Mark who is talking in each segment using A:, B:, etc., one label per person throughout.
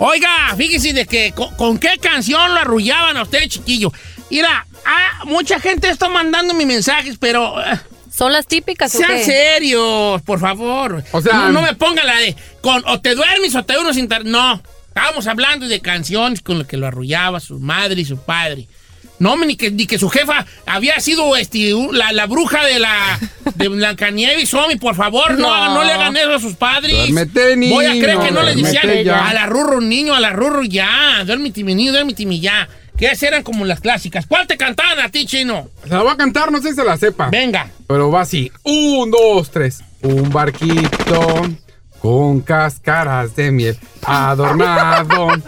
A: Oiga, fíjese de que con, con qué canción lo arrullaban a usted, chiquillo. Mira, ah, mucha gente está mandando mis mensajes, pero eh,
B: ¿Son las típicas o
A: sean
B: qué?
A: serios, por favor.
C: O sea, mm.
A: no, no me pongan la de con o te duermes o te duermes sin tar- No, estábamos hablando de canciones con las que lo arrullaba su madre y su padre. No, ni que, ni que su jefa había sido este, u- la, la bruja de la de Blancanieves, Somi, por favor, no,
B: No.
A: hagan- no le hagan eso a sus padres.
C: Duérmete, niño,
A: Voy a creer que no le
B: duérmete
A: decían
C: ya.
A: a la rurro niño, a la rurro ya, duérmete mi niño, duérmete mi ya. Que esas eran como las clásicas. ¿Cuál te cantaban a ti, chino?
C: La voy a cantar, no sé si se la sepa.
A: Venga.
C: Pero va así. Un, dos, tres. Un barquito con cascaras de miel adornado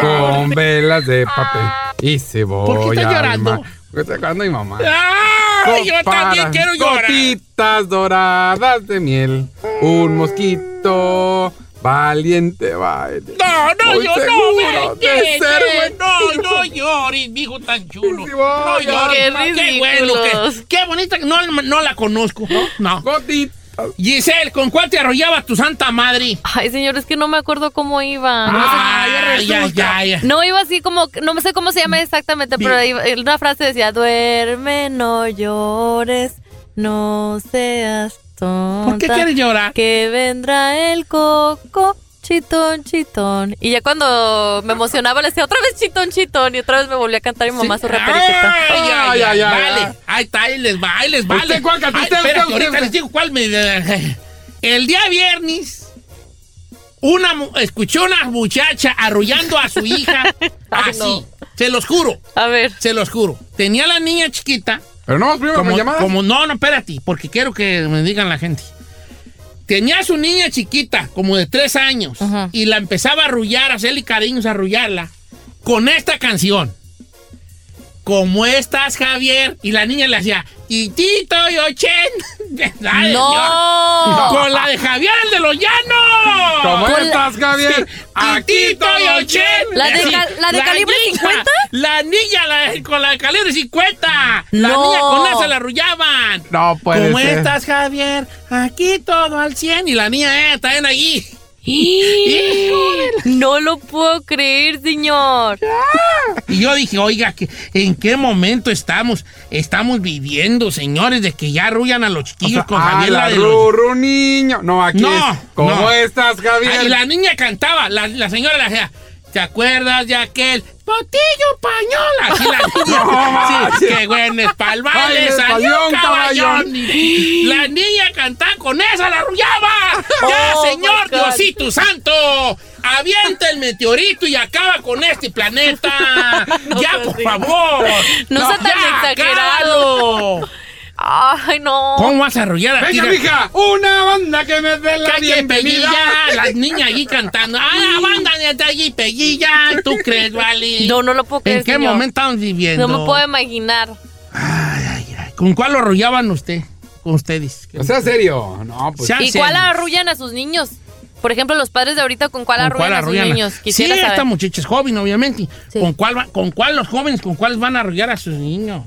C: con velas de papel y cebolla.
A: ¿Por qué estás llorando?
C: al mar. Porque está llorando mi mamá.
A: ¡Ay, yo también
C: Copadas,
A: quiero llorar!
C: Gotitas doradas de miel. Un mosquito valiente baile.
A: No, no,
C: Muy
A: yo no,
C: seguro
A: güey.
C: de
A: Ye,
C: ser
A: ye,
C: buen
A: No,
C: niño.
A: no llores, mijo tan chulo.
C: Sí,
A: No
C: voy,
A: llores,
B: qué
A: ma, qué bueno.
B: ridículos.
A: Qué, qué bonita, no, no la conozco, ¿no? No.
C: Gotitas.
A: Giselle, ¿con cuál te arrollaba tu santa madre?
B: Ay, señor, es que no me acuerdo cómo iba. No,
A: Ah, ya, ya, ya.
B: sé- no iba así como, no sé cómo se llama exactamente, pero iba- una frase decía, duerme, no llores, no seas tonta.
A: ¿Por qué quieres llorar?
B: Que vendrá el coco, chitón, chitón. Y ya cuando me emocionaba le decía otra vez chitón, chitón. Y otra vez me volví a cantar mi mamá su reperita.
A: Ay, ay, ay,
C: Ay, ay, ay,
A: Vale,
C: ay.
A: ahí está, ahí les va, ahí les va.
C: ¿Usted cuál cantó?
A: Ay,
C: ¿Usted,
A: espérate,
C: usted,
A: ahorita
C: usted?
A: les digo cuál me... El día viernes, una mu- escuché una muchacha arrullando a su hija
B: Ay,
A: así.
B: no.
A: Se los juro,
B: A ver.
A: se los juro. Tenía la niña chiquita,
C: Pero no, primero
A: como,
C: con llamadas.
A: como- no, no, espérate, porque quiero que me digan la gente. Tenía a su niña chiquita, como de tres años,
B: Ajá.
A: y la empezaba a arrullar, a hacerle cariños, a arrullarla, con esta canción. ¿Cómo estás, Javier? Y la niña le hacía, y Tito y Ochen. Ay, Dios.
B: ¡No!
A: Con la de Javier, el de los llanos.
C: ¿Cómo
B: Con-
C: estás, Javier?
A: Aquí estoy,
C: todo
A: Ochen.
C: bien.
B: ¿La de ca- la de calibre
A: niña,
B: 50?
A: La niña la de- con la de calibre 50. La
B: No.
A: niña con esa la arrullaban.
C: No puede
A: ¿Cómo
C: ser.
A: estás, Javier? Aquí todo al 100. Y la niña, eh, también allí. Hijo de la-
B: No lo puedo creer, señor.
A: Y yo dije, oiga, ¿qué- ¿en qué momento estamos? Estamos viviendo, señores, de que ya arrullan a los
C: O
A: chiquillos
C: sea,
A: con
C: ah,
A: Javier la
C: la
A: de los...
C: Ruru, niño. No, aquí
A: No,
C: es. ¿Cómo
A: no.
C: estás, Javier?
A: Ah, y la niña cantaba, la, la señora la hacía, ¿te acuerdas de aquel botillo pañola? Así la niña,
C: No
A: sí,
C: manches.
A: qué bueno es pa'l baile,
C: Baile,
A: salió
C: palión,
A: caballón.
C: caballón.
A: Y La niña cantaba con esa, la arrullaba. ya,
B: Oh,
A: señor
B: my God.
A: Diosito Santo, avienta el meteorito y acaba con este planeta. ya,
B: seas
A: por
B: así.
A: favor.
B: No sea tan
A: ya,
B: exagerado.
A: acábalo.
B: Ay, no.
A: ¿Cómo vas a arrullar a ti?
C: Venga, mija, una banda que me dé la
A: Calle
C: bienvenida.
A: Peguilla, las niñas allí cantando. Ah, la banda de allí, Peguilla, ¿tú crees, Vale?
B: No, no lo puedo creer.
A: ¿En qué
B: señor.
A: momento estamos viviendo?
B: No me puedo imaginar.
A: ¿Con cuál lo arrullaban usted? Con ustedes.
C: O sea, serio. No, pues.
A: Sean
B: ¿Y cuál
A: serios.
B: arrullan a sus niños? Por ejemplo, los padres de ahorita, ¿con cuál
A: ¿Con
B: arrullan a sus
A: arrullan?
B: niños?
A: Sí,
B: Quisiera
A: esta
B: saber.
A: muchacha es joven, obviamente.
B: Sí.
A: ¿Con, cuál va- ¿Con cuál los jóvenes, con cuáles van a arrullar a sus niños?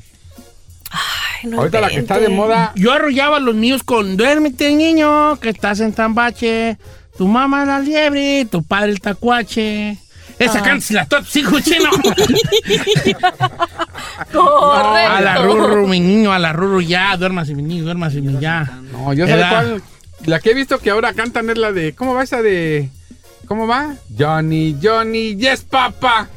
B: Ay, no
C: Ahorita la que está de
B: inventes.
C: moda.
A: Yo arrullaba a los míos con duérmete, niño, que estás en tambache. Tu mamá la liebre, tu padre el tacuache. Esa canta si la top, hijo chino.
B: Correcto.
A: A la rurru, mi niño, a la rurru ya, duérmase, mi niño, duérmase, mi ya.
C: No, yo sé
A: Era-
C: cuál. La que he visto que ahora cantan es la de. ¿Cómo va esa de.? ¿Cómo va? Johnny, Johnny, yes, papá.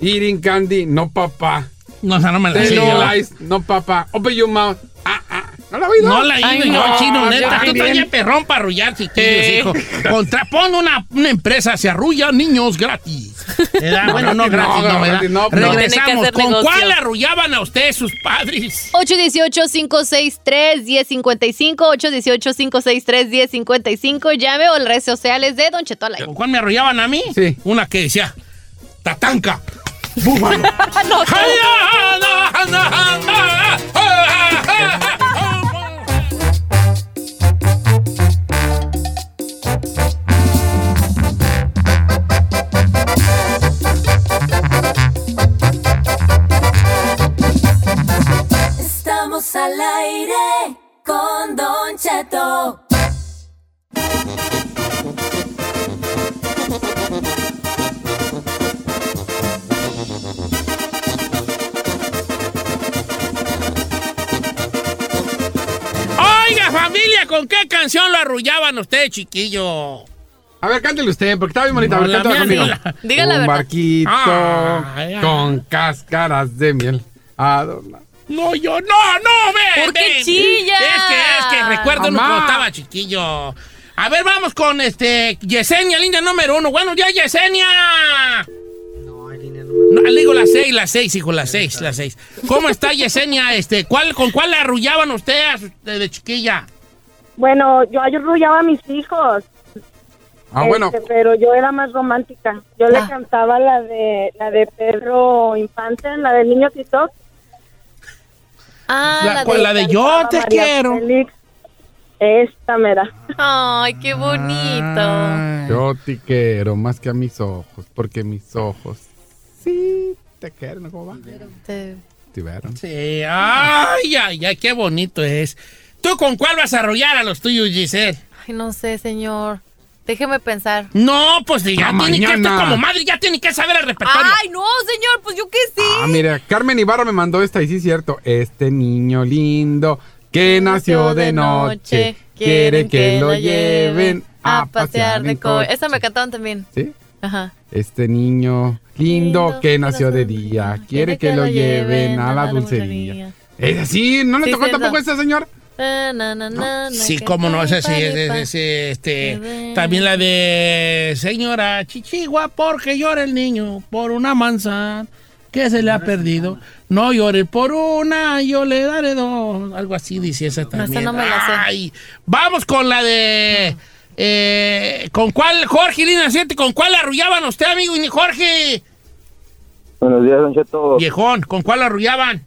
C: Eating candy, no, papá.
A: No, o sea, no me la
C: Say
A: sé
C: no
A: yo.
C: lies, no, papá. Open your mouth. Ah, ah. ¿No la he oído?
A: No la
B: Ay,
A: iba yo,
B: no,
A: chino,
C: yo
A: neta. Tú
C: también.
A: también perrón para arrullar, chiquillos,
C: Eh.
A: hijo. Contrapón una, una empresa, se arrulla niños gratis. ¿Verdad? Bueno, no
C: gratis,
A: gratis,
C: no,
A: no, ¿verdad?
C: gratis, no, pero-
B: Tiene que
A: Regresamos.
B: hacer
A: ¿Con
B: negocio.
A: cuál arrullaban a ustedes sus padres?
B: 818-563-1055, 818-563-1055, llame o las redes sociales de Don Cheto al aire.
A: ¿Con cuál me arrollaban a mí?
C: Sí.
A: Una que decía, tatanca, búfalo.
D: Estamos al aire con Don Cheto.
A: familia, ¿con qué canción lo arrullaban ustedes, chiquillo?
C: A ver, cántele usted, porque está bien bonita. A ver,
A: No, la
C: cántela
A: mía
C: conmigo.
A: ni la-
B: Diga la
C: Un
B: verdad.
C: barquito
A: Ay, ay.
C: con cáscaras de miel. Ah, Adornado.
A: No, yo, no, no, ve.
B: ¿Por qué
A: ve.
B: chilla?
A: Es que, es que recuerdo
C: Mamá.
A: cuando estaba chiquillo. A ver, vamos con este Yesenia, línea número uno. Bueno, ya Yesenia. No, le digo las seis, las seis, hijo, las seis, las seis. ¿Cómo está Yesenia? Este, ¿cuál, ¿Con cuál la arrullaban ustedes de, de chiquilla?
E: Bueno, yo arrullaba a mis hijos,
C: Ah,
E: este,
C: bueno.
E: pero yo era más romántica. Yo
B: Ah.
E: le cantaba la de la de Pedro Infante, la del niño TikTok.
B: Ah,
A: La-
B: la,
A: con
B: de...
A: la de yo te
E: María
A: quiero.
E: Félix. Esta mera.
B: Ay, qué bonito.
A: Ah.
C: Yo te quiero más que a mis ojos, porque mis ojos sí te quieren. ¿Cómo va?
B: Te-
C: Te vieron.
A: Sí, ay, ay, ay, qué bonito es. ¿Tú con cuál vas a arrullar a los tuyos, Giselle?
B: Ay, no sé, señor. Déjeme pensar.
A: No, pues ya
C: Ah,
A: tiene que,
C: mañana.
A: usted como madre ya tiene que saber el repertorio.
B: Ay, no, señor, pues yo qué
C: Ah,
B: sí.
C: mira, Carmen Ibarra me mandó esta y sí es cierto. Este niño lindo que nació de noche quiere que lo lleven a pasear de coche.
B: Esa me cantaban también.
C: ¿Sí?
B: Ajá.
C: Este niño lindo que nació de día quiere que lo lleven a la dulcería. ¿Es así? ¿No le
B: Sí,
C: tocó
B: sí,
C: tampoco
B: no.
C: esa señor?
B: Na, na, na, na, na,
A: Sí,
B: que
A: cómo no,
B: pa,
A: esa sí,
B: pa,
A: es,
B: pa.
A: es- es, este,
B: Bebé.
A: también la de señora Chichigua, porque llora el niño por una manzana que se le ha perdido. No llore por una, yo le daré dos. Algo así dice esa
B: esa
A: también.
B: no me la sé.
A: Ay, vamos con la de... eh, ¿Con cuál, Jorge Lina 7, con cuál arrullaban a usted, amigo y Jorge?
F: Buenos días, Don Cheto.
A: Viejón, ¿con cuál arrullaban?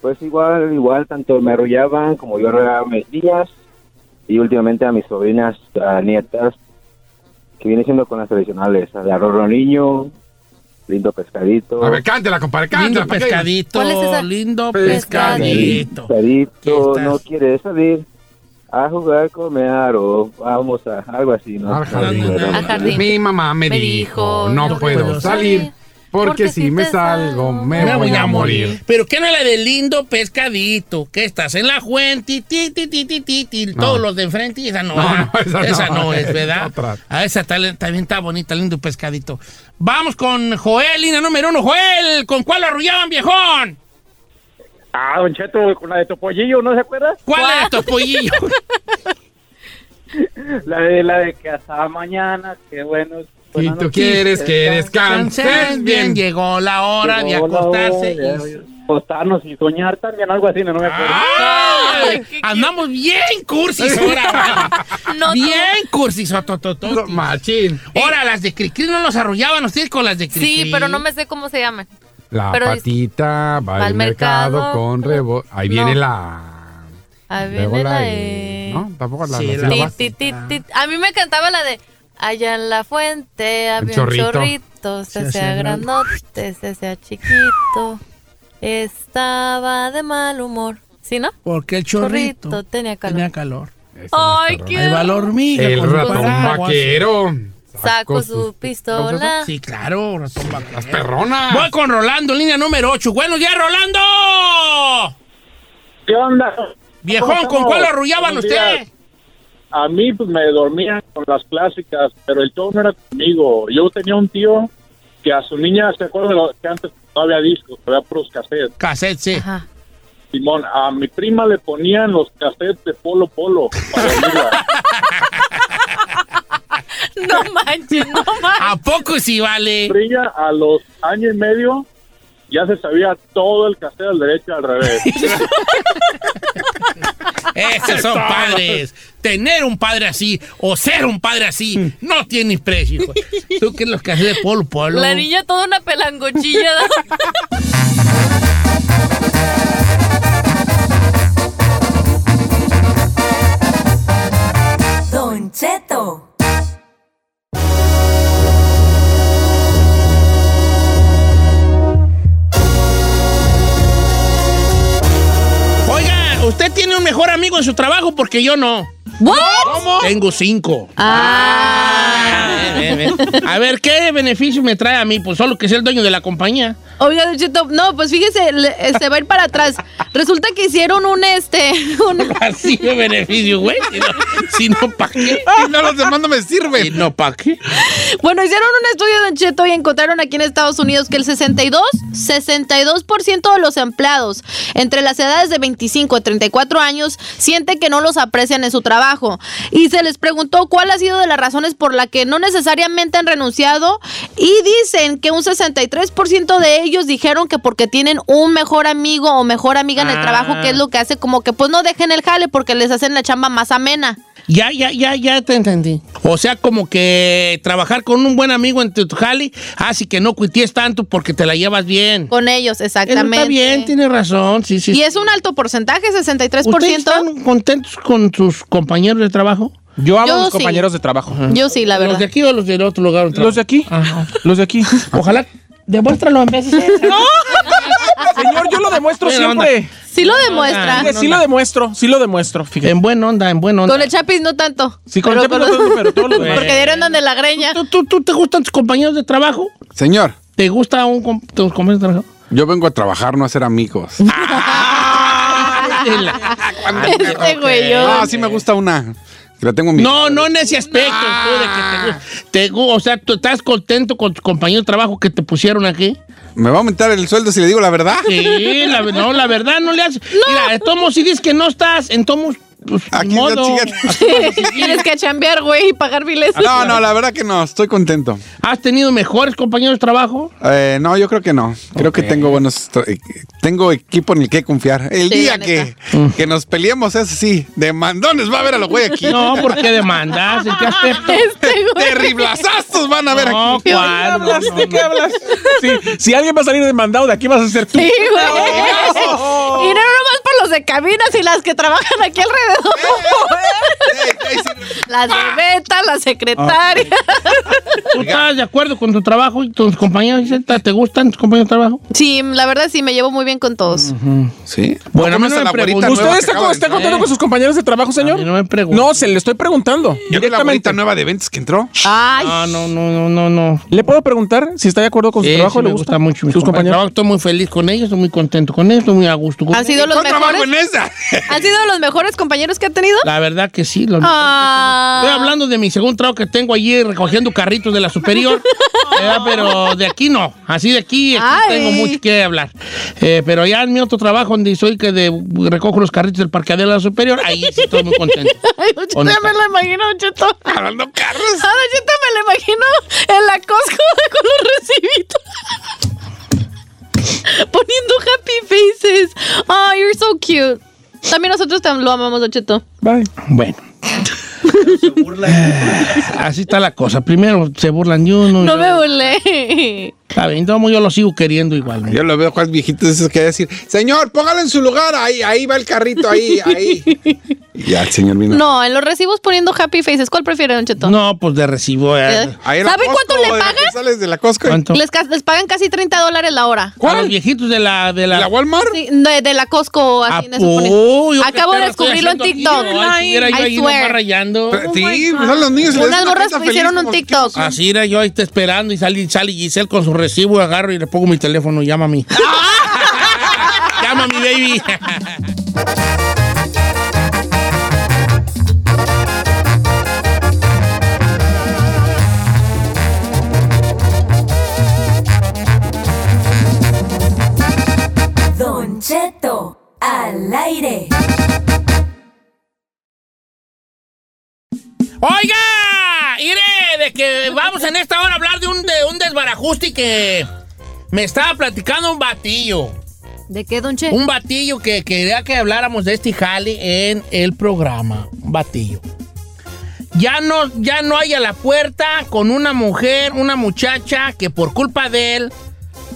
F: Pues igual, igual, tanto me arrullaban como yo arrullaba a mis niñas y últimamente a mis sobrinas, a nietas, que viene siendo con las tradicionales, a de arroz niño, lindo pescadito,
C: A ver, cántela, compadre, cántela.
A: Lindo
C: ¿para qué?
A: pescadito,
B: ¿Cuál es esa?
A: lindo
C: Pescadito.
A: pescadito.
F: pescadito,
A: Estas.
F: no quiere salir a jugar con Mearo, vamos a algo así, ¿no?
C: Al jardín.
F: Pero-
B: Al jardín.
C: Mi mamá me,
B: Me dijo,
C: dijo, no, puedo, salir, porque, si me salgo me voy, a morir.
A: Pero ¿qué no es la de lindo pescadito? Que estás en la juenti, ti, ti, ti, ti, ti, ti, todos los de enfrente y esa no,
C: No,
A: ¿verdad?
C: no, esa no,
A: es,
C: es
A: ¿verdad?
C: otra.
A: A esa tal- también está bonita, lindo pescadito. Vamos con Joel, línea número uno. Joel, ¿con cuál lo arrullaban, viejón?
G: Ah, Don Cheto, con la de Topollillo, ¿no se acuerda?
A: ¿Cuál era tu pollillo?
G: La de la de que hasta mañana, qué bueno.
B: Pues
C: Y
G: buena
C: tú
G: noche.
C: quieres que descanses bien.
A: llegó la hora de
G: Llegó la hora
A: acostarse.
G: de
A: y- Ah.
G: Acostarnos y soñar también, algo así, no, no me acuerdo.
A: ¡Ay!
B: Ay, qué-
A: Andamos bien cursis ahora.
B: No,
A: bien cursis, ototototis.
C: No, Machín.
A: Ahora, las de Cricri no los arrullaban ustedes con las de Cricri.
B: Sí, pero no me sé cómo se llaman.
C: La
B: Pero es-
C: patita va
B: va
C: al
B: al
C: mercado,
B: mercado.
C: con rebo. Ahí
B: No.
C: viene la.
B: Ahí
C: Luego
B: viene la
C: E,
B: E.
C: No, tampoco la.
A: Ah, Sí,
C: la
A: la-
C: sílaba.
B: Ti, ti, ti, ti. A mí me cantaba la de Allá en la fuente había
C: chorrito.
B: un chorrito,
A: Se
B: se
A: hacía
B: sea grandote, se sea chiquito, estaba de mal humor. ¿Sí, no?
A: Porque el chorrito,
B: Chorrito, tenía calor.
A: tenía calor.
C: Esa
B: Ay,
C: es
B: qué-
A: Ahí va la hormiga.
C: El
A: con su
C: ratón
A: paraguas.
C: vaquero.
B: Sacó su pistola.
A: Sí, claro, ratón vaquero.
C: Las perronas.
A: Voy con Rolando, línea número 8. ¡Buenos días, Rolando!
G: ¿Qué onda?
A: Viejón, ¿con cuál lo arrullaban
G: Buenos días.
A: ustedes?
G: A mí pues, me dormía con las clásicas, pero el show no era conmigo. Yo tenía un tío que a su niña, ¿se acuerdan lo- que antes no había discos, había puros cassettes?
A: Cassette, sí.
B: Ajá.
G: Simón, a mi prima le ponían los cassettes de Polo Polo para dormirla.
B: No manches, no manches.
A: ¿A poco sí vale?
G: Brilla a los años y medio ya se sabía todo el casero al derecho y al revés.
A: Esos son padres. Tener un padre así o ser un padre así no tiene precio. hijo. Tú que los que haces de polo polo.
B: La niña toda una pelangochilla.
D: Don Cheto.
A: Oiga, usted tiene un mejor amigo en su trabajo porque yo no.
B: ¿What?
A: Tengo cinco.
B: Ah.
A: Ve, ve. A ver, ¿qué beneficio me trae a mí? Pues solo que sea el dueño de la compañía.
H: Oiga, Don Cheto, no, pues fíjese, le- se va a ir para atrás. Resulta que hicieron un este, un-
A: Así de beneficio, güey. Si no, si no ¿para qué?
C: no, los demás no me sirven.
A: Si no, ¿para qué?
H: bueno, hicieron un estudio, Don Cheto, y encontraron aquí en Estados Unidos que el 62, 62% de los empleados entre las edades de 25 a 34 años siente que no los aprecian en su trabajo. Y se les preguntó cuál ha sido de las razones por la que no necesariamente han renunciado y dicen que un 63% de ellos dijeron que porque tienen un mejor amigo o mejor amiga en el
A: Ah.
H: trabajo, que es lo que hace como que pues no dejen el jale porque les hacen la chamba más amena.
A: Ya, ya, ya, ya te entendí. O sea, como que trabajar con un buen amigo en tu jali, así que no cuites tanto porque te la llevas bien.
H: Con ellos,
A: Eso
H: exactamente.
A: está bien, tiene razón, sí, sí.
H: Y es un alto porcentaje, 63%.
A: ¿Ustedes están contentos con sus compañeros de trabajo?
I: Yo amo
H: Yo
I: a mis
H: sí.
I: compañeros de trabajo.
H: Yo sí, la
A: ¿Los de
H: verdad.
A: aquí o los del otro lugar? donde
I: Los de aquí.
A: Ajá.
I: Los de aquí.
A: trabajas? Ojalá, demuéstralo en veces. ¡No!
I: Señor, yo lo demuestro
A: Mira,
I: siempre.
H: Sí lo demuestra.
I: Mire, sí lo demuestro, sí lo demuestro. Fíjate.
A: En buena onda, en buena onda.
H: Con el Chapis no tanto.
I: Sí, con
H: Pero
I: el Chepe lo- pero todos los demás.
H: Porque dieron donde la greña.
A: ¿Tú, tú, tú te gustan tus compañeros de trabajo?
C: Señor,
A: ¿Te gusta un com- tus compañeros de trabajo?
C: yo vengo a trabajar, no a ser amigos.
A: Ah,
H: Este güey, yo.
C: Ah, sí me gusta una. Que la tengo en mi.
A: No, no en ese aspecto.
I: Ah.
A: tú, de que te gu- te gu- o sea, ¿tú estás contento con tus compañeros de trabajo que te pusieron aquí?
C: ¿Me va a aumentar el sueldo si le digo la verdad?
A: Sí, la, ve- no, la verdad no le haces. Mira, Tomo, si dices que no estás, en Tomo, pues,
C: Aquí
A: ni
C: no,
A: modo.
C: chica.
A: Aquí vamos a seguir.
H: Tienes que chambear, güey, y pagar biles.
C: Ah,
I: Ah,
C: No, no, la verdad que no. Estoy contento.
A: ¿Has tenido mejores compañeros de trabajo?
C: Eh, no, yo creo que no. Creo que tengo buenos. tra- eh, Tengo equipo en el que confiar. El
H: Sí,
C: día
H: la
C: que, que nos peleemos, es sí. De mandones va a haber a los güey aquí.
A: No, porque demandas, el que acepto.
H: Este güey.
C: Terriblazos van a ver
A: No,
C: aquí.
I: ¿De qué
A: cuál, no,
I: hablas?
A: no,
I: ¿De
A: no.
I: qué hablas? Sí, si alguien va a salir demandado de aquí, vas a ser tú.
H: Sí, güey. Y no nomás por los de cabinas y las que trabajan aquí alrededor.
C: Ey, ey, sí.
H: Las
I: Ah.
H: de Beta, las secretarias.
A: ¿Tú estás de acuerdo con tu trabajo y tus compañeros? Gisela? ¿Te gustan tus compañeros de trabajo?
H: Sí, la verdad sí, me llevo muy bien con todos.
C: Sí.
A: Bueno, a mí no
C: ¿Cómo es
A: me
C: la güerita
A: preguntan.
C: nueva
I: ¿Usted
C: que
I: está,
C: acaba de
I: está
C: entrar?
I: contando con sus compañeros de trabajo, señor?
A: A mí no me preguntan.
I: No, se le estoy preguntando.
C: Yo vi la
I: Directamente.
C: güerita nueva de ventas que entró.
H: Ay,
I: Ah,
A: No, Ah, no, no, no, no, no.
I: ¿Le puedo preguntar si está de acuerdo con Pues su
A: Sí,
I: trabajo?
A: sí
I: ¿Le
A: me gusta mucho mis compañeros. de
I: sus compañeros?
A: trabajo. Estoy muy feliz con ellos, estoy muy contento con ellos, estoy muy a gusto con
H: han sido los
C: No trabajo
H: mejores.
C: en esa.
H: ¿Han sido los mejores compañeros que ha tenido?
A: La verdad que sí. Lo
H: Ah,
A: Estoy hablando de mi segundo trabajo que tengo allí recogiendo carritos de la superior, ¿verdad? pero de aquí no, así de aquí, aquí
H: Ay.
A: tengo mucho que hablar. Eh, pero ya en mi otro trabajo donde soy que de, recojo los carritos del parqueadero de la superior, ahí sí estoy muy contento.
H: Ay, Don Cheto, ya me lo imagino, Don Cheto. Ah,
C: Hablando carros.
H: Don Cheto, me lo imagino en la Costco con los recibitos. Poniendo happy faces. Oh, you're so cute. También nosotros tam- lo amamos, Don Cheto.
I: Bye.
A: Bueno. Eh, Así está la cosa. Primero se burlan de uno.
H: No me burlé.
A: Está bien, tomo, yo lo sigo queriendo igual.
C: Yo lo veo, cuál viejito es que decir, señor, póngalo en su lugar, ahí, ahí va el carrito, ahí, ahí. Y ya el señor vino.
H: No, en los recibos poniendo happy faces. ¿Cuál prefiere, Don Cheto?
A: No, pues de recibo. eh.
H: Eh,
C: Ahí en la
H: ¿Sabe
C: Costco,
H: cuánto le
C: de la que
H: pagan?
C: Sales de la Costco.
A: ¿Cuánto?
H: Les, ca- les pagan casi 30 dólares la hora.
A: A los viejitos de la... De la,
C: ¿De la Walmart?
H: Sí, de, de la Costco, así en
A: Ah,
H: eso pone.
A: oh, yo
H: Acabo
A: qué
H: de
A: perro estoy
H: descubrirlo en
A: haciendo aquí,
H: TikTok.
A: ¿no? Ay, si era yo
H: I
A: ahí
H: swear.
A: nomás rayando.
C: sí, pues a los niños. les
H: Oh Unas
C: hacen una
H: morras
C: fiesta feliz
H: hicieron un
C: como
H: TikTok.
A: Así era yo ahí te esperando y sale, sale Giselle con su recibo, agarro y le pongo mi teléfono, llama a mí. llama a mi baby.
D: Don Cheto, al aire.
A: Oiga, iré de que vamos en esta hora a hablar de un, de un desbarajuste que me estaba platicando un batillo.
H: ¿De qué, Don Che?
A: Un batillo que quería que habláramos de este jale en el programa. Un batillo. Ya no, ya no hay a la puerta con una mujer, una muchacha que por culpa de él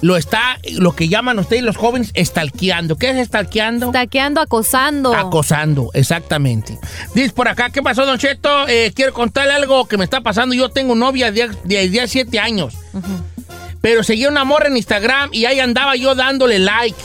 A: lo está, lo que llaman ustedes los jóvenes, estalqueando. ¿Qué es estalqueando?
B: Taqueando, acosando.
A: Acosando, exactamente. Dice por acá, ¿qué pasó, Don Cheto? Eh, quiero contarle algo que me está pasando. Yo tengo novia de de 17 años. Pero seguía una morra en Instagram y ahí andaba yo dándole like.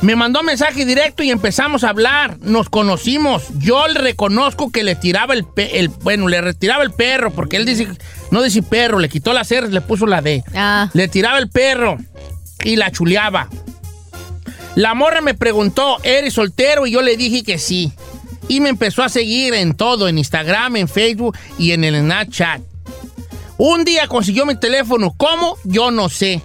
A: Me mandó mensaje directo y empezamos a hablar. Nos conocimos. Yo le reconozco que le tiraba el, pe- el- bueno, le retiraba el perro porque él dice no dice perro, le quitó la C, le puso la D.
H: Ah.
A: Le tiraba el perro y la chuleaba. La morra me preguntó, ¿eres soltero? Y yo le dije que sí. Y me empezó a seguir en todo, en Instagram, en Facebook y en el Snapchat. Un día consiguió mi teléfono. ¿Cómo? Yo no sé.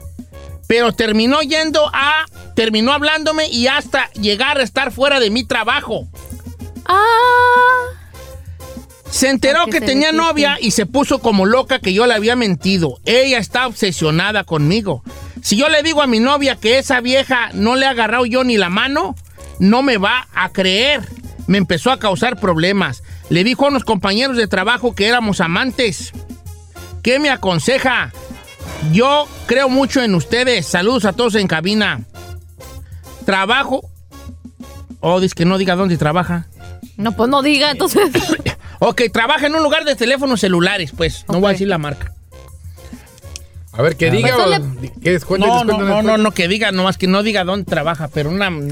A: Pero terminó yendo a... Terminó hablándome y hasta llegar a estar fuera de mi trabajo.
B: Ah.
A: Se enteró
B: Porque
A: que
B: se
A: tenía
B: metiste.
A: novia y se puso como loca que yo le había mentido. Ella está obsesionada conmigo. Si yo le digo a mi novia que esa vieja no le ha agarrado yo ni la mano, no me va a creer. Me empezó a causar problemas. Le dijo a unos compañeros de trabajo que éramos amantes. ¿Qué me aconseja? Yo creo mucho en ustedes. Saludos a todos en cabina. Trabajo. Oh, dice que no diga dónde trabaja.
B: No, pues no diga, entonces.
A: Ok, trabaja en un lugar de teléfonos celulares, pues. No voy a
B: Ok.
A: decir la marca.
C: A ver, que diga.
B: Pues,
C: Que descuente,
A: No, no, no,
C: descuente,
A: no,
C: descuente.
A: no, que diga nomás, que no diga dónde trabaja, pero una... No,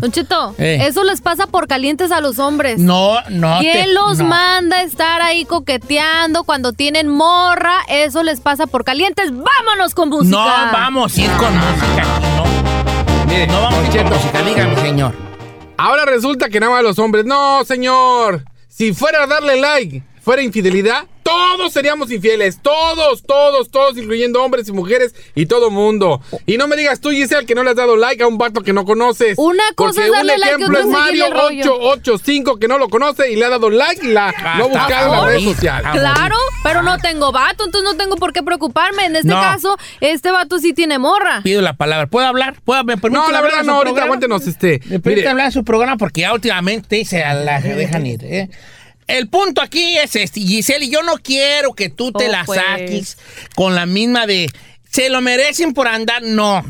B: Don Cheto,
A: Eh.
B: eso les pasa por calientes a los hombres.
A: no. te-
B: Pues, ¿Quién los
A: no.
B: manda a estar ahí coqueteando cuando tienen morra? Eso les pasa por calientes. ¡Vámonos con música!
A: No, vamos a ir con música. No,
C: Mire,
A: no vamos a ir con
C: Don Cheto,
A: música, dígame, señor.
C: Ahora resulta que nada más los hombres. No, señor. Si fuera a darle like, fuera infidelidad, todos seríamos infieles. Todos, todos, todos, incluyendo hombres y mujeres y todo mundo. Y no me digas tú, Giselle, que no le has dado like a un vato que no conoces.
B: Una cosa
C: Porque
B: es darle
C: un
B: like y
C: ejemplo
B: otra
C: es
B: es seguirle
C: Mario
B: el rollo.
C: 885 que no lo conoce y le ha dado like y la lo ha
A: Hasta
C: buscado en las
A: ahora.
C: redes sociales.
B: Claro, pero no tengo vato, entonces no tengo por qué preocuparme. En este
A: No.
B: caso, este vato sí tiene morra.
A: Pido la palabra. ¿Puedo hablar? ¿Puedo, ¿Me permite
C: No, la
A: hablar
C: verdad
A: de su
C: no, ahorita
A: programa?
C: aguántenos este.
A: Me permite
C: Mire,
A: hablar de su programa porque ya últimamente se la dejan ir. ¿eh? El punto aquí es este, Giselle, y yo no quiero que tú te
B: Oh,
A: la
B: pues.
A: saques con la misma de se lo merecen por andar, no.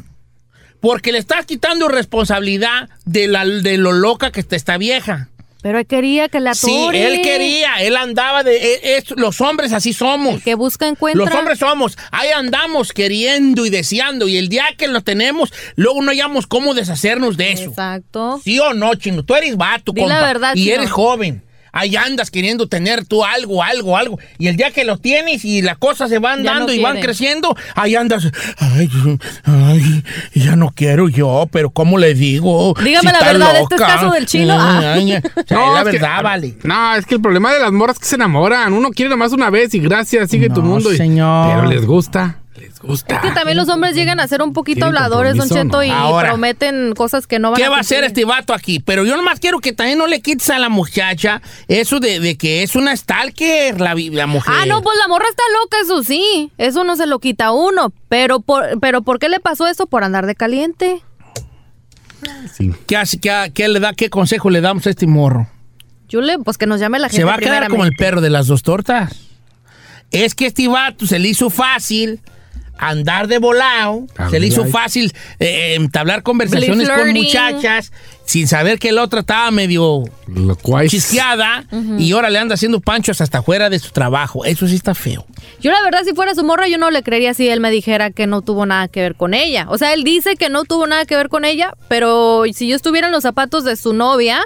A: Porque le estás quitando responsabilidad de, la, de lo loca que está esta vieja.
B: Pero él quería que la
A: Sí,
B: atore.
A: él quería, él andaba de... e- es- los hombres así somos.
B: El que busca encuentra.
A: Los hombres somos, ahí andamos queriendo y deseando, y el día que lo tenemos, luego no hayamos cómo deshacernos de eso.
B: Exacto.
A: ¿Sí o no, chino? Tú eres vato,
B: Di
A: compa,
B: la verdad,
A: y
B: chino.
A: eres joven. Ahí andas queriendo tener tú algo, algo, algo. Y el día que lo tienes y las cosas se van
B: Ya no
A: dando y van
B: quiere.
A: creciendo, ahí andas. Ay, ay, ya no quiero yo, pero ¿cómo le digo?
B: Dígame la
A: está
B: verdad, este es caso del chino.
A: Ay,
B: Ah.
A: ay, ay. O sea,
C: No,
A: la
C: es que-
A: verdad, vale.
C: No, es que el problema de las morras es que se enamoran. Uno quiere nomás una vez y gracias, sigue tu
A: No,
C: mundo. y-
A: señor.
C: Pero les gusta, les gusta.
B: Que también los hombres llegan a ser un poquito
C: Tienen
B: habladores, Don
C: compromiso,
B: Cheto,
C: ¿no?
B: y
A: Ahora.
B: prometen cosas que no van
A: ¿Qué
B: a
A: va a hacer
B: cumplir.
A: este vato aquí? Pero yo nomás quiero que también no le quites a la muchacha eso de, de que es una stalker la, vi- la mujer.
B: Ah, no, pues la morra está loca, eso sí. Eso no se lo quita a uno. Pero por, pero ¿por qué le pasó eso? Por andar de caliente.
C: Sí.
A: ¿Qué, hace- qué- qué le da, ¿Qué consejo le damos a este morro?
B: Yo le, pues que nos llame la gente.
A: Se va a quedar como el
B: primeramente.
A: perro de las dos tortas. Es que este vato se le hizo fácil andar de volado,
C: Ah,
A: se le hizo
C: right.
A: fácil eh, eh, entablar conversaciones con
B: Flirting.
A: muchachas sin saber que la otra estaba medio
C: Lo cual.
A: chisqueada y ahora le anda haciendo panchos hasta fuera de su trabajo. Eso sí está feo.
B: Yo la verdad, si fuera su morra, yo no le creería si él me dijera que no tuvo nada que ver con ella. O sea, él dice que no tuvo nada que ver con ella, pero si yo estuviera en los zapatos de su novia,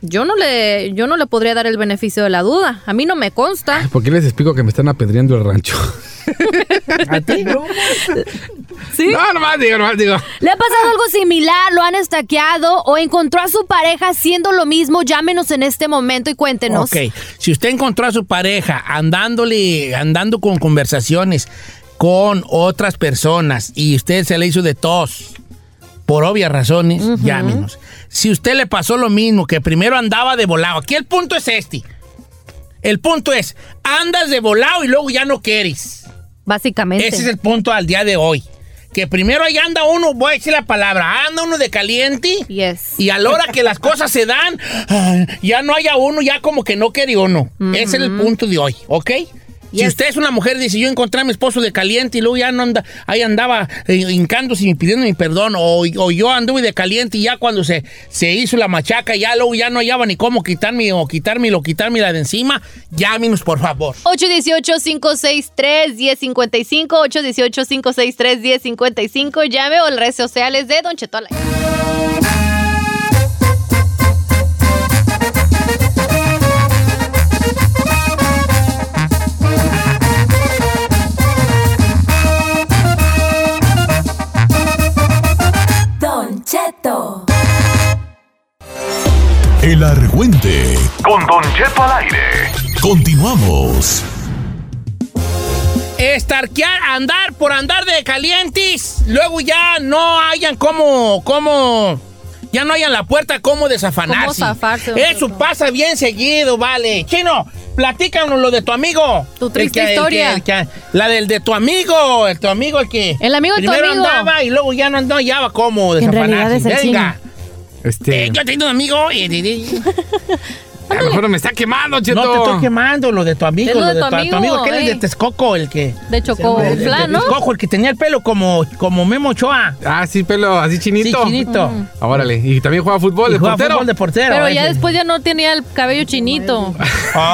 B: yo no le, yo no le podría dar el beneficio de la duda. A mí no me consta.
C: ¿Por qué les explico que me están apedreando el rancho?
A: ¿A ti, no?
B: ¿Sí?
C: No, nomás digo, nomás digo.
B: ¿Le ha pasado algo similar? ¿Lo han estaqueado? ¿O encontró a su pareja haciendo lo mismo? Llámenos en este momento y cuéntenos.
A: Ok, si usted encontró a su pareja andándole, andando con conversaciones con otras personas y usted se le hizo de tos, por obvias razones, llámenos. Si usted le pasó lo mismo, que primero andaba de volado, aquí el punto es este. El punto es, andas de volado y luego ya no quieres.
B: Básicamente.
A: Ese es el punto al día de hoy. Que primero ahí anda uno, voy a decir la palabra, anda uno de caliente.
B: Yes.
A: Y a la hora que las cosas se dan, ay, ya no haya uno, ya como que no quería uno. Ese es el punto de hoy, ¿ok? Si
B: Yes.
A: usted es una mujer y dice, yo encontré a mi esposo de caliente y luego ya no anda, ahí andaba eh, hincándose y pidiendo mi perdón, o, o yo anduve de caliente y ya cuando se, se hizo la machaca, ya luego ya no hallaba ni cómo quitarme o quitarme o quitarme la de encima, llámenos por favor.
H: 818-563-1055, 818-563-1055, llame o las redes sociales de Don Cheto al aire.
J: el argüente.
K: Con Don Cheto al aire.
J: Continuamos.
A: Estarquear, andar por andar de calientes. Luego ya no hayan como, como, ya no hayan la puerta como desafanarse.
B: Cómo zafarse, don
A: Eso
B: Cheto.
A: pasa bien seguido, vale. Chino, platícanos lo de tu amigo.
B: Tu
A: El
B: triste
A: el
B: historia.
A: el que- la del de tu amigo, el tu amigo el que.
B: El amigo de tu
A: primero
B: amigo.
A: andaba y luego ya no andaba, ya va como
B: Que en
A: desafanarse.
B: realidad es el
A: Venga.
C: Este,
A: Eh, yo tengo un amigo. eh, eh, eh.
C: a lo mejor me está quemando, Cheto.
A: No te estoy quemando lo de tu amigo,
B: Es
A: lo de tu, tu amigo, aquel
B: eh.
A: de Texcoco, el que
B: De Chocó
A: el, de
B: Flan, ¿no?
A: Texcoco, el que tenía el pelo como como Memo Ochoa.
C: Ah, sí, pelo, así
A: Sí,
C: chinito.
A: chinito.
C: Ah, órale, y también juega fútbol,
A: Y
C: de
A: jugaba
C: portero.
A: fútbol de portero.
B: Pero ya
A: ese.
B: después ya no tenía el cabello chinito.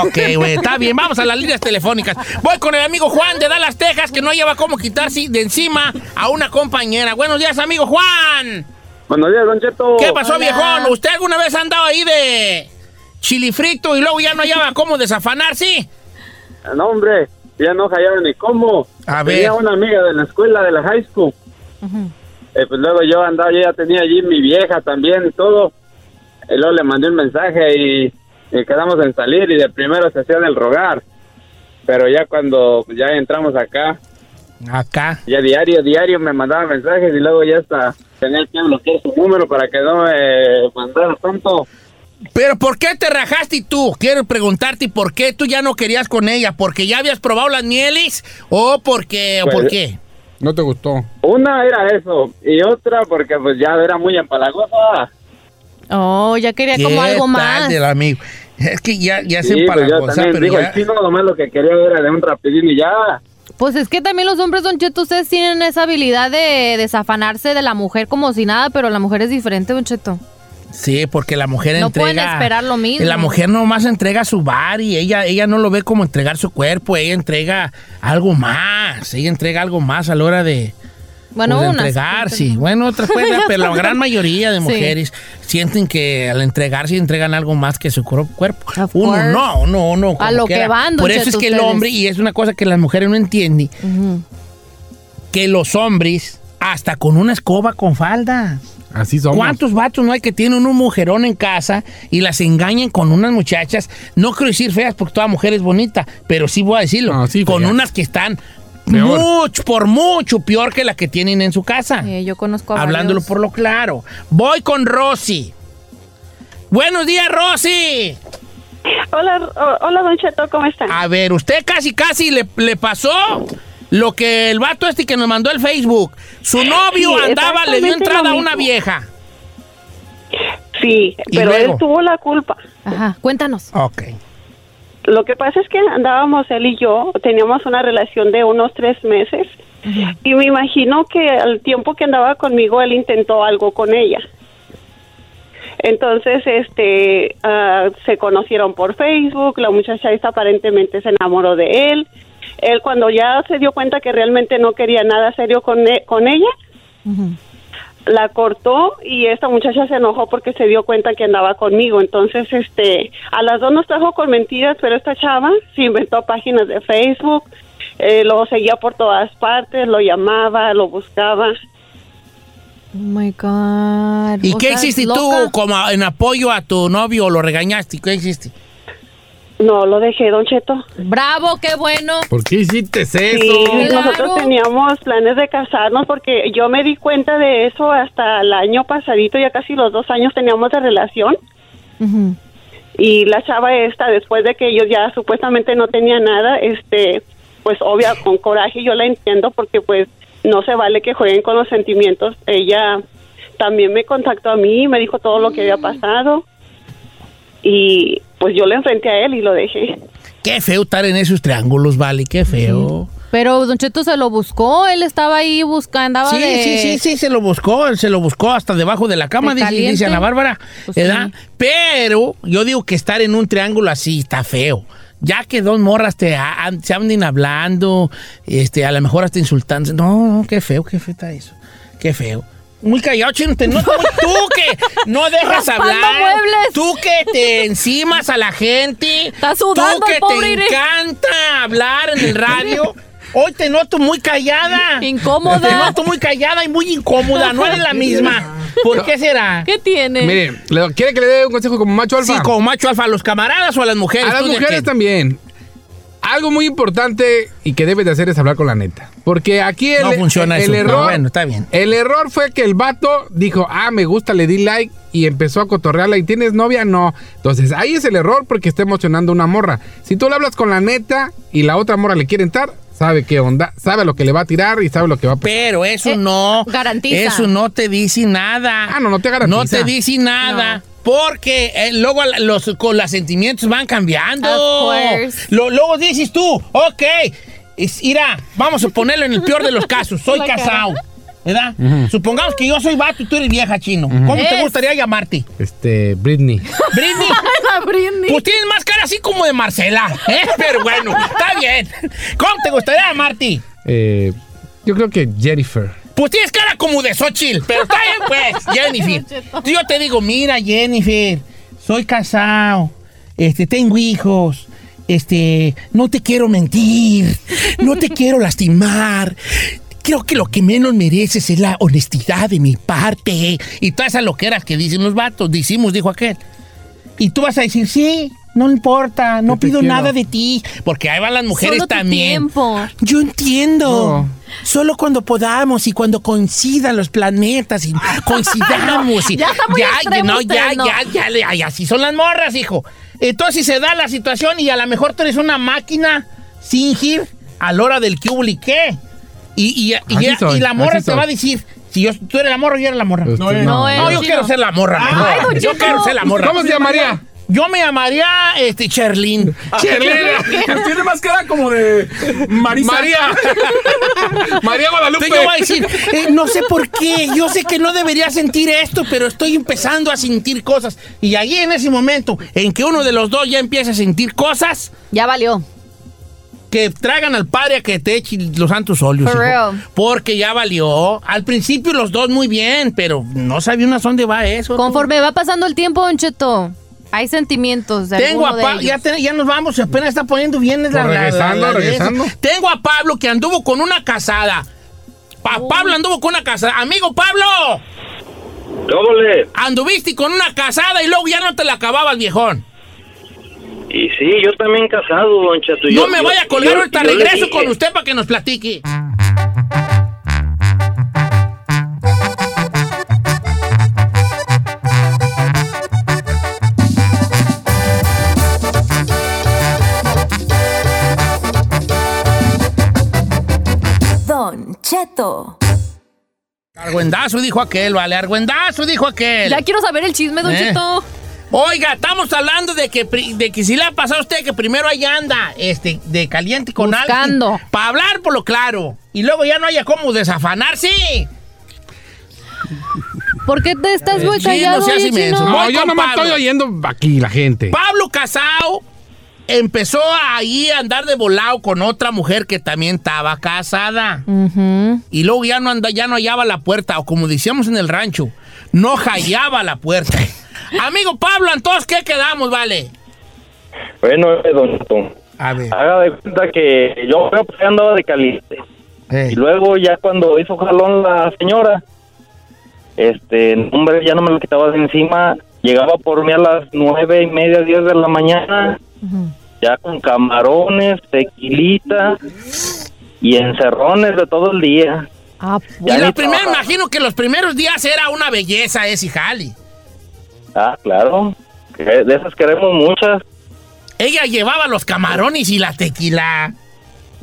A: Ok, güey, está bien. Vamos a las líneas telefónicas. Voy con el amigo Juan de Dallas, Texas, que no lleva cómo quitarse de encima a una compañera. Buenos días, amigo Juan.
G: Buenos días, Don Cheto.
A: ¿Qué pasó,
B: Hola.
A: viejón? ¿Usted alguna vez ha andado ahí de chilifrito y luego ya no hallaba cómo desafanarse?
G: No, hombre, ya no hallaron ni cómo.
A: A
G: Tenía
A: ver.
G: una amiga de la escuela, de la high school. Eh, pues luego yo andaba, yo ya tenía allí mi vieja también y todo. Y luego le mandé un mensaje y, y quedamos en salir y de primero se hacían el rogar. Pero ya cuando ya entramos acá,
A: Acá.
G: ya diario, diario me mandaban mensajes y luego ya hasta tenía que bloquear su número para que no me mandara tanto.
A: Pero ¿por qué te rajaste tú? Quiero preguntarte por qué tú ya no querías con ella, porque ya habías probado las mieles o porque o
G: Pues-
A: por qué?
C: No te gustó.
G: Una era eso y otra porque pues ya era muy empalagosa.
H: Oh, ya quería
A: ¿Qué
H: como algo
A: tal
H: más.
A: del amigo? Es que ya ya se
G: Sí, pues yo
A: empalagosa,
G: también
A: pero
G: digo,
A: ya-
G: el chino nomás lo que quería era de un rapidín y ya.
B: Pues es que también los hombres, Don Cheto, ustedes tienen esa habilidad de desafanarse de la mujer como si nada, pero la mujer es diferente, Don Cheto.
A: Sí, porque la mujer
B: No
A: entrega.
B: pueden esperar lo mismo.
A: La mujer nomás entrega su bar y ella, ella no lo ve como entregar su cuerpo, ella entrega algo más, ella entrega algo más a la hora de,
B: Bueno,
A: pues, de
B: unas.
A: entregar, sí. Bueno, otras pueden, pero la gran mayoría de
B: Sí.
A: mujeres sienten que al entregarse entregan algo más que su cro- cuerpo.
B: Of
A: Uno
B: course.
A: no, uno, uno. como
B: lo que
A: quiera.
B: van, don
A: Por eso
B: Cheto,
A: es que el
B: ustedes.
A: hombre, y es una cosa que las mujeres no entienden,
B: Ujú.
A: que los hombres, hasta con una escoba con falda.
C: Así somos.
A: ¿Cuántos vatos no hay que tienen un mujerón en casa y las engañan con unas muchachas? No quiero decir feas porque toda mujer es bonita, pero sí voy a decirlo.
C: No, sí,
A: con
C: feas.
A: unas que están
C: Peor.
A: mucho, por mucho peor que las que tienen en su casa.
B: Eh, yo conozco a
A: Hablándolo
B: varios.
A: por lo claro. Voy con Rosy. Buenos días, Rosy.
E: Hola, o- hola Don Cheto, ¿cómo están?
A: A ver, usted casi, casi le, le pasó lo que el vato este que nos mandó el Facebook. Su novio
E: Sí,
A: andaba, le dio
E: exactamente
A: entrada
E: lo
A: a una
E: mismo.
A: vieja.
E: Sí,
A: ¿Y
E: pero
A: luego?
E: él tuvo la culpa.
B: Ajá, cuéntanos.
A: Ok.
E: Lo que pasa es que andábamos él y yo, teníamos una relación de unos tres meses y me imagino que al tiempo que andaba conmigo él intentó algo con ella. Entonces, este, ah, se conocieron por Facebook, la muchacha esta aparentemente se enamoró de él. Él cuando ya se dio cuenta que realmente no quería nada serio con, e- con ella, la cortó y esta muchacha se enojó porque se dio cuenta que andaba conmigo. Entonces, este, a las dos nos trajo con mentiras, pero esta chava se inventó páginas de Facebook, eh, lo seguía por todas partes, lo llamaba, lo buscaba.
B: Oh my God.
A: ¿Y
B: O
A: qué
B: sea,
A: hiciste tú
B: loca.
A: como en apoyo a tu novio? ¿Lo regañaste? ¿Qué hiciste?
E: No, lo dejé, don Cheto.
B: Bravo, qué bueno.
C: ¿Por qué hiciste eso?
E: Sí,
B: Claro.
E: nosotros teníamos planes de casarnos porque yo me di cuenta de eso hasta el año pasadito, ya casi los dos años teníamos de relación.
B: Ujú.
E: y la chava esta después de que ellos ya supuestamente no tenía nada este pues obvia con coraje yo la entiendo porque pues no se vale que jueguen con los sentimientos ella también me contactó a mí me dijo todo lo que
B: Mm.
E: había pasado y pues yo le enfrenté a él y lo dejé
A: Qué feo estar en esos triángulos, vale, qué feo.
B: Pero Don Cheto se lo buscó, él estaba ahí buscando, andaba
A: Sí,
B: de...
A: sí, sí, sí, se lo buscó, él se lo buscó hasta debajo de la cama,
B: ¿De
A: dice,
B: caliente?
A: dice Ana Bárbara,
B: Pues
A: ¿verdad?
B: sí.
A: Pero yo digo que estar en un triángulo así está feo. Ya que dos morras te a- an- se anden hablando, este, a lo mejor hasta insultando. No, no, qué feo, qué feo está eso. Qué feo. Muy callado, chino. te- no, tú, tú que no dejas
B: Raspando
A: hablar.
B: muebles.
A: Tú que te encimas a la gente.
B: Está sudando
A: Tú que
B: el pobre
A: te
B: Iri.
A: encanta hablar en el radio. Hoy te noto muy callada.
B: Incómoda.
A: Te noto muy callada y muy incómoda. No eres la misma. ¿Por qué será?
B: ¿Qué tiene?
C: Mire, ¿le- ¿quiere que le dé un consejo como macho alfa?
A: Sí, como macho alfa, a los camaradas o a las mujeres.
C: A las
A: ¿Tú de
C: mujeres
A: quién?
C: también. Algo muy importante y que debes de hacer es hablar con la neta. Porque aquí el,
A: No funciona
C: el
A: eso, pero
C: error.
A: bueno, está bien.
C: El error fue que el vato dijo, ah, me gusta, le di like y empezó a cotorrearla. ¿Y tienes novia? No. Entonces, ahí es el error porque está emocionando a una morra. Si tú le hablas con la neta y la otra morra le quiere entrar, sabe qué onda, sabe lo que le va a tirar y sabe lo que va a pasar.
A: Pero eso no.
B: Eh, garantiza.
A: Eso no te dice nada.
C: Ah, no, no te garantiza.
A: No te dice nada. Porque eh, luego la- los, con los sentimientos van cambiando.
B: Of course.
A: Lo- luego dices tú, ok, es- mira, vamos a ponerlo en el peor de los casos. Soy
B: La cara.
A: casado, ¿verdad? Supongamos que yo soy vato y tú eres vieja chino. ¿Cómo te
B: Es.
A: gustaría llamarte?
C: Este, Britney.
A: Britney.
B: La Britney.
A: Pues tienes más cara así como de Marcela, ¿eh? Pero bueno, está bien. ¿Cómo te gustaría llamarte?
C: eh, yo creo que Jennifer.
A: Pues tienes cara como de Xochitl, pero está bien, pues, Jennifer. Yo te digo, mira, Jennifer, soy casado, este, tengo hijos, este, no te quiero mentir, no te quiero lastimar. Creo que lo que menos mereces es la honestidad de mi parte. Y todas esas loqueras que dicen los vatos, decimos, dijo aquel. Y tú vas a decir, sí, no importa, no
C: Yo te
A: pido
C: quiero.
A: nada de ti. Porque ahí van las mujeres
B: Solo tu
A: también.
B: tiempo.
A: Yo entiendo.
C: No.
A: Solo cuando podamos y cuando coincidan los planetas y coincidamos. y-
B: Ya está muy extremo
A: no,
B: usted,
A: ya,
B: no.
A: ya, ya, ya, ya, así son las morras, hijo. Entonces si se da la situación y a lo mejor tú eres una máquina sin gir a la hora del que y qué. Y, y- y-
C: Así
A: y-
C: soy,
A: y la morra te
C: así soy.
A: va a decir, si yo, tú eres la morra, yo era la morra.
C: Usted
A: No,
B: no es.
A: yo
B: chino.
A: quiero ser la morra.
B: Ay,
A: mejor.
B: don
A: yo
B: Chino.
A: quiero ser la morra.
C: ¿Cómo se llamaría?
A: Yo me llamaría este, Cherlin.
I: Tiene más cara como de Marisa.
C: María. María Guadalupe.
A: Entonces yo voy a decir, eh, no sé por qué, yo sé que no debería sentir esto, pero estoy empezando a sentir cosas. Y ahí en ese momento en que uno de los dos ya empieza a sentir cosas
H: Ya valió.
A: que tragan al padre a que te eche los santos óleos.
B: For
A: hijo.
B: real.
A: Porque ya valió. Al principio los dos muy bien, pero no sabía unas dónde va eso.
B: Conforme va pasando el tiempo, Don Cheto, hay sentimientos de
A: Tengo a
B: alguno de
A: Pa- ya,
B: ellos.
A: te- ya nos vamos, apenas está poniendo bien la,
C: Pues
A: la- la-
C: regresando,
A: la- la-
C: regresando.
A: Tengo a Pablo que anduvo con una casada. Pa- Pablo anduvo con una casada. Amigo Pablo.
G: ¿Cómo le?
A: Anduviste con una casada y luego ya no te la acababas, viejón.
G: Y sí, yo también casado, don Cheto.
A: no me vaya a colgar ahorita, regreso con usted para que nos platique.
D: Don Cheto.
A: Argüendazo dijo aquel, vale, argüendazo dijo aquel.
B: Ya quiero saber el chisme, Don
A: Eh.
B: Cheto.
A: Oiga, estamos hablando de que, pri- de que si le ha pasado a usted que primero ahí anda, este, de caliente con
B: Buscando.
A: alguien. Para hablar por lo claro. Y luego ya no haya cómo desafanarse.
B: ¿Por qué te estás muy
A: Chino,
B: callado,
A: seas
B: oye,
A: inmenso.
B: Chino?
C: No,
A: Voy
C: yo
A: con
C: no me
A: Pablo.
C: estoy oyendo aquí la gente.
A: Pablo Casao empezó ahí a andar de volado con otra mujer que también estaba casada. Y luego ya no, anda, ya no hallaba la puerta, o como decíamos en el rancho, no hallaba la puerta. Amigo Pablo, entonces, ¿qué quedamos, vale?
G: Bueno, eh, don Cheto,
A: A ver.
G: haga de cuenta que yo creo que ya andaba de caliente. Y luego ya cuando hizo jalón la señora, este, hombre, ya no me lo quitaba de encima. Llegaba por mí a las nueve y media, diez de la mañana, ya con camarones, tequilita y encerrones de todo el día.
B: Ah,
A: Y
G: Ya
A: lo
G: ni
A: primero,
G: trabaja.
A: imagino que los primeros días era una belleza ese jali.
G: Ah, claro, que de esas queremos muchas.
A: Ella llevaba los camarones y la tequila.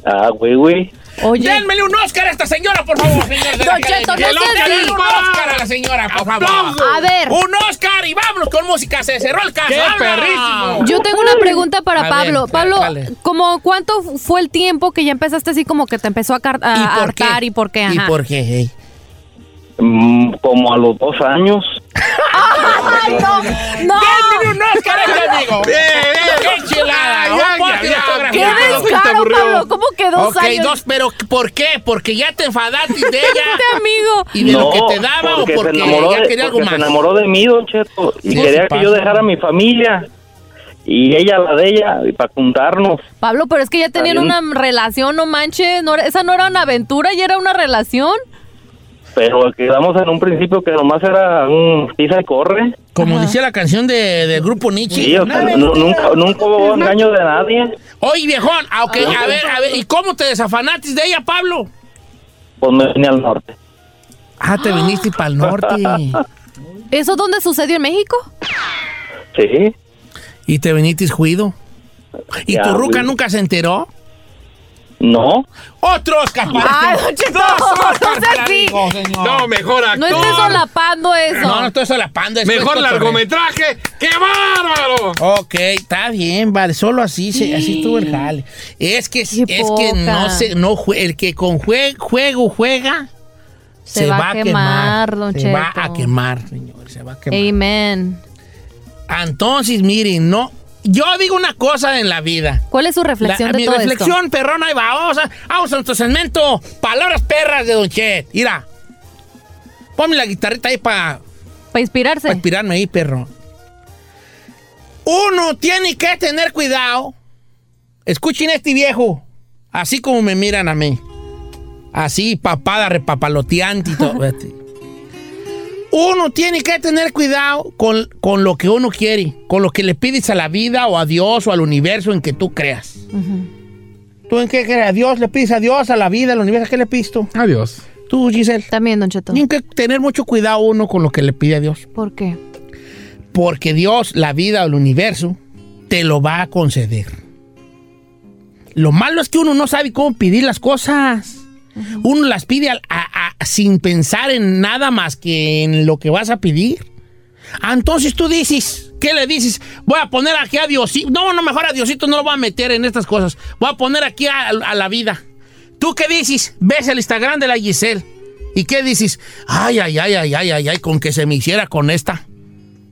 G: Ah, güey, güey.
B: oye.
A: ¡Denmele un Oscar a esta señora, por favor, señor de la
B: Don Cheto,
A: Academia!
B: no
A: ¡Que lo-
B: seas
A: que denle
B: así.
A: un Oscar a la señora, por favor!
B: A ver,
A: ¡Un Oscar! Y vámonos con música. Se cerró el caso.
C: ¡Qué
A: ¡Vámonos!
C: perrísimo!
B: yo tengo una pregunta
A: A
B: para
A: ver,
B: Pablo.
A: ya,
B: Pablo,
A: dale.
B: ¿cómo cuánto fue el tiempo que ya empezaste así como que te empezó a, car- a
A: ¿Y por qué?
B: hartar y por qué?
A: ¿Y
B: Ajá.
A: por qué? hey?
G: Mm, como a los dos años.
B: ¡No!
A: ¡Denle un Oscar a este amigo!
C: Bien, bien.
A: ¡Qué chilada!
C: Ya,
A: ¡Un
C: ya,
A: póster
C: ya,
A: de autografía.
B: ¡Qué
C: Claro, que te
B: descaro,
C: aburrió.
B: Pablo! ¿Cómo que dos
A: Ok,
B: años?
A: dos, pero ¿por qué? ¿Porque ya te enfadaste de ella?
B: Este amigo.
A: ¿Y de lo que te daba
G: porque
A: o porque
G: se enamoró
A: ya
G: de,
A: quería algo
G: porque
A: más?
G: se enamoró de mí, Don Cheto, y
A: Sí, sí
G: quería que yo
A: pasa.
G: dejara a mi familia.
L: y ella la de ella, y para juntarnos.
B: Pablo, pero es que ya tenían
L: bien.
B: una relación, no manches. no era- esa no era una aventura, ya era una relación.
L: Pero quedamos en un principio que nomás era un pisa y corre.
A: Como dice la canción de- del grupo Nietzsche.
L: Sí, o sea, nu- nunca, nunca hubo engaño de nadie.
A: Oye, viejón, ah, ok, a ver, a ver, ¿y cómo te desafanatis de ella, Pablo?
L: Pues me vine al norte.
A: Ah, te viniste para el norte.
B: ¿Eso dónde sucedió en México?
L: Sí.
A: ¿Y te viniste juido? ¿Y
L: Ya,
A: tu ruca
L: güey.
A: nunca se enteró?
L: No.
A: Otro Oscar.
B: Ay, don Cheto, no seas así.
A: No, mejor
B: No estés solapando eso.
A: No, no estoy solapando. esto
C: Mejor
A: es cotorreo.
C: largometraje. ¡Qué bárbaro!
A: Ok, está bien, vale. Solo así, se- así estuvo el jale. Es que, es que no se, no jue- el que con jue- juego juega
B: Se va a quemar, don
A: se va
B: Cheto.
A: a quemar, señor. Se va a quemar.
B: Amen.
A: Entonces, miren, no. Yo digo una cosa en la vida.
B: ¿Cuál es su reflexión
A: La-
B: de
A: mi
B: todo
A: reflexión, perrona, ahí va. Vamos a, vamos a nuestro segmento. Palabras perras de Don Chet. Mira. Ponme la guitarrita ahí para.
B: Para inspirarse.
A: Para inspirarme ahí, perro. Uno tiene que tener cuidado. Escuchen a este viejo. Así como me miran a mí. Así, papada, repapaloteante y todo. Vete. Uno tiene que tener cuidado con, con lo que uno quiere, con lo que le pides a la vida o a Dios o al universo en que tú creas. ¿Tú en qué crees? ¿A Dios? ¿Le pides a Dios, a la vida, al universo? ¿A qué le pides tú?
C: A Dios.
A: ¿Tú, Giselle?
B: También, Don Cheto.
A: Tiene que tener mucho cuidado uno con lo que le pide a Dios.
B: esto? ¿Por qué?
A: Porque Dios, la vida o el universo, te lo va a conceder. Lo malo es que uno no sabe cómo pedir las cosas. Uno las pide al- a- a- sin pensar en nada más que en lo que vas a pedir. Ah, Entonces tú dices, ¿qué le dices? Voy a poner aquí a Diosito. No, no, mejor a Diosito no lo voy a meter en estas cosas. Voy a poner aquí a, a la vida. ¿Tú qué dices? Ves el Instagram de la Giselle. ¿Y qué dices? Ay, ay, ay, ay, ay, ay, ay, con que se me hiciera con esta.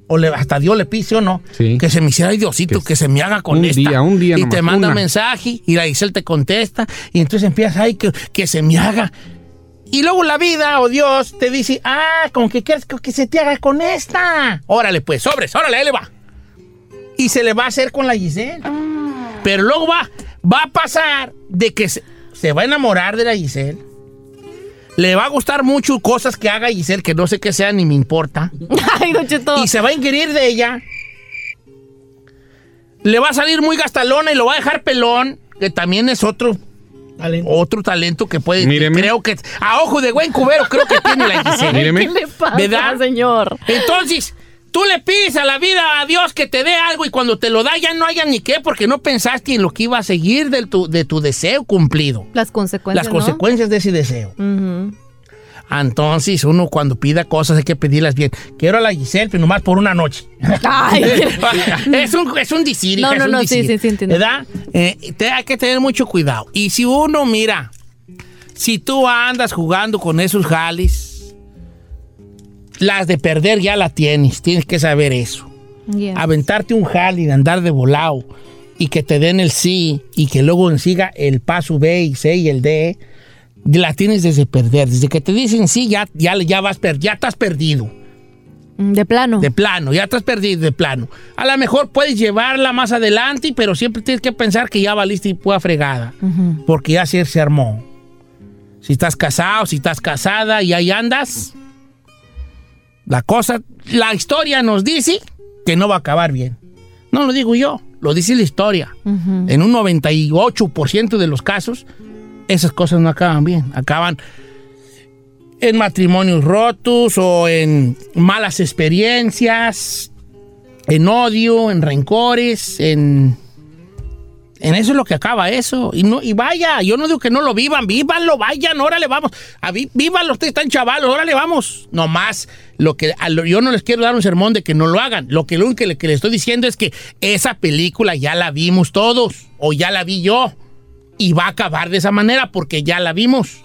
A: O le- hasta Dios le pise o no. Que se me hiciera ay, Diosito, que, se me haga con
C: un
A: esta.
C: día, un día
A: Y
C: nomás,
A: te manda
C: una.
A: mensaje y la Giselle te contesta. Y entonces empiezas, ay, que, que se me haga. Y luego la vida o Dios te dice, ah, con que quieres que que se te haga con esta. Órale, pues, sobres, órale, ahí le va. Y se le va a hacer con la Giselle. Pero luego va, va a pasar de que se, se va a enamorar de la Giselle. Le va a gustar mucho cosas que haga Giselle, que no sé qué sea ni me importa.
B: Ay, Don Cheto.
A: Y se va a inquirir de ella. Le va a salir muy gastalona y lo va a dejar pelón, que también es otro talento, otro talento que puede.
C: Míreme.
A: Creo que a ojo de buen cubero creo que tiene la Giselle.
C: Míreme.
B: ¿Qué le pasa,
A: ¿Verdad?
B: señor?
A: Entonces, tú le pides a la vida, a Dios que te dé algo y cuando te lo da ya no haya ni qué porque no pensaste en lo que iba a seguir de tu, de tu deseo cumplido.
B: Las consecuencias.
A: las
B: ¿no?
A: consecuencias de ese deseo.
B: Ujú.
A: Entonces, uno cuando pida cosas hay que pedirlas bien. Quiero a la Giselle, pero nomás por una noche.
B: Ay,
A: es un, es un decir,
B: No,
A: hija, es
B: no,
A: un
B: no, sí,
A: decir,
B: sí, sí, entiendo.
A: ¿Verdad? Eh, te- hay que tener mucho cuidado. Y si uno, mira, si tú andas jugando con esos jalis, las de perder ya la tienes, tienes que saber eso.
B: Yeah.
A: Aventarte un jali de andar de volado y que te den el sí y que luego siga el paso B y C y el D, la tienes desde perder. Desde que te dicen sí, ya, ya, ya vas per- ya estás perdido.
B: Mm, De plano.
A: De plano, ya estás perdido de plano. A lo mejor puedes llevarla más adelante, pero siempre tienes que pensar que ya valiste y pueda fregada.
B: Ujú.
A: Porque ya se, se armó. Si estás casado, si estás casada y ahí andas, la cosa, la historia nos dice que no va a acabar bien. No lo digo yo, lo dice la historia.
B: Ujú.
A: En un 98% de los casos, esas cosas no acaban bien. Acaban en matrimonios rotos o en malas experiencias, en odio, en rencores, en... En eso es lo que acaba eso. Y, no, y vaya, yo no digo que no lo vivan, vívanlo, vayan, órale, vamos. A vi- vívanlo, ustedes están chavalos, órale, vamos. Nomás, lo que, a lo- yo no les quiero dar un sermón de que no lo hagan. Lo que lo único que le- que les estoy diciendo es que esa película ya la vimos todos, o ya la vi yo. Y va a acabar de esa manera porque ya la vimos.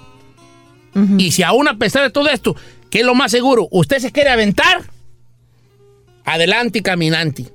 A: Y si aún a pesar de todo esto, que es lo más seguro, usted se quiere aventar, adelante y caminante.